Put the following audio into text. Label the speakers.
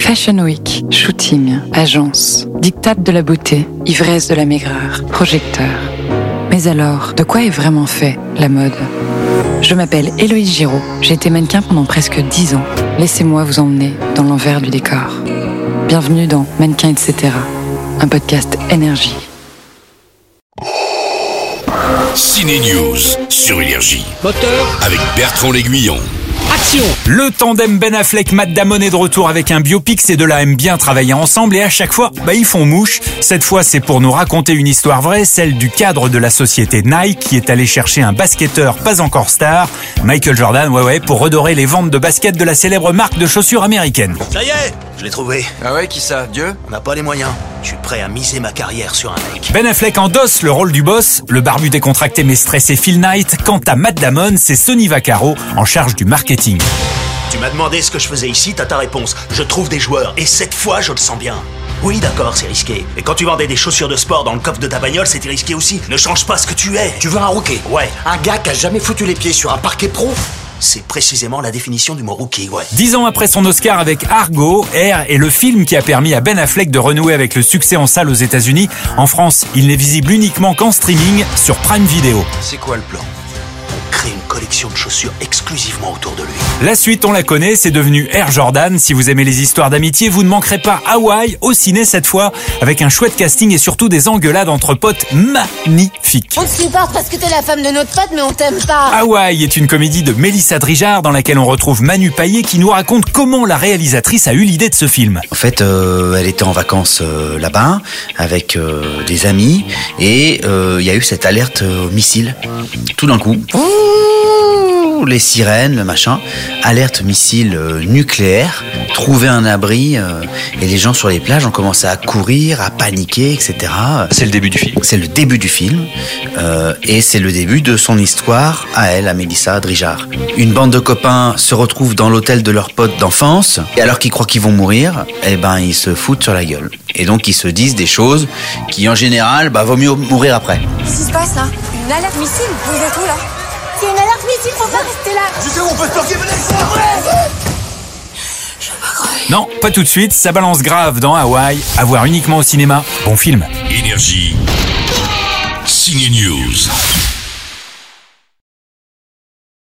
Speaker 1: Fashion Week, shooting, agence, dictate de la beauté, ivresse de la maigreur, projecteur. Mais alors, de quoi est vraiment fait la mode Je m'appelle Héloïse Giraud, j'ai été mannequin pendant presque 10 ans. Laissez-moi vous emmener dans l'envers du décor. Bienvenue dans Mannequin etc., un podcast énergie.
Speaker 2: Ciné News sur Énergie
Speaker 3: Moteur,
Speaker 2: avec Bertrand L'Aiguillon.
Speaker 3: action
Speaker 4: Le tandem Ben Affleck, Matt Damon est de retour avec un biopic. Ces deux-là aiment bien travailler ensemble et à chaque fois, bah, ils font mouche. Cette fois, c'est pour nous raconter une histoire vraie, celle du cadre de la société Nike qui est allé chercher un basketteur pas encore star, Michael Jordan, ouais ouais, pour redorer les ventes de baskets de la célèbre marque de chaussures américaine.
Speaker 5: Ça y est Je l'ai trouvé.
Speaker 6: Ah ouais, qui ça Dieu
Speaker 5: On n'a pas les moyens. Je suis prêt à miser ma carrière sur un mec.
Speaker 4: Ben Affleck endosse le rôle du boss, le barbu décontracté mais stressé Phil Knight. Quant à Matt Damon, c'est Sonny Vaccaro en charge du marketing.
Speaker 5: Tu m'as demandé ce que je faisais ici, t'as ta réponse. Je trouve des joueurs, et cette fois, je le sens bien. Oui, d'accord, c'est risqué. Et quand tu vendais des chaussures de sport dans le coffre de ta bagnole, c'était risqué aussi. Ne change pas ce que tu es.
Speaker 7: Tu veux un rookie
Speaker 5: Ouais,
Speaker 7: Un gars qui a jamais foutu les pieds sur un parquet pro
Speaker 5: c'est précisément la définition du mot rookie, ouais.
Speaker 4: Dix ans après son Oscar avec Argo, Air est le film qui a permis à Ben Affleck de renouer avec le succès en salle aux États-Unis. En France, il n'est visible uniquement qu'en streaming sur Prime Video.
Speaker 6: C'est quoi le plan
Speaker 5: On crée une collection de chaussures exclusivement autour de lui.
Speaker 4: La suite, on la connaît, c'est devenu Air Jordan. Si vous aimez les histoires d'amitié, vous ne manquerez pas Hawaï au ciné cette fois, avec un chouette casting et surtout des engueulades entre potes magnifiques.
Speaker 8: On te supporte parce que t'es la femme de notre pote, mais on t'aime pas.
Speaker 4: Hawaï est une comédie de Mélissa Drijard dans laquelle on retrouve Manu Paillet qui nous raconte comment la réalisatrice a eu l'idée de ce film.
Speaker 9: En fait, euh, elle était en vacances euh, là-bas avec euh, des amis et euh, il y a eu cette alerte euh, au missile. Tout d'un coup, ouh, les sirènes, le machin, alerte missile euh, nucléaire, trouver un abri euh, et les gens sur les plages ont commencé à courir, à paniquer, etc.
Speaker 6: C'est le début du film.
Speaker 9: C'est le début du film euh, et c'est le début de son histoire à elle, à Mélissa Drijard. Une bande de copains se retrouve dans l'hôtel de leurs potes d'enfance et alors qu'ils croient qu'ils vont mourir, eh ben ils se foutent sur la gueule. Et donc ils se disent des choses qui en général, bah vaut mieux mourir après.
Speaker 8: Qu'est-ce qui se passe là Une alerte missile Vous êtes où là C'est une alerte missile, faut pas rester là.
Speaker 6: Je sais où on peut se planquer, venez
Speaker 4: Non, pas tout de suite, ça balance grave dans Hawaï, à voir uniquement au cinéma. Bon film.
Speaker 2: Énergie. Ciné News.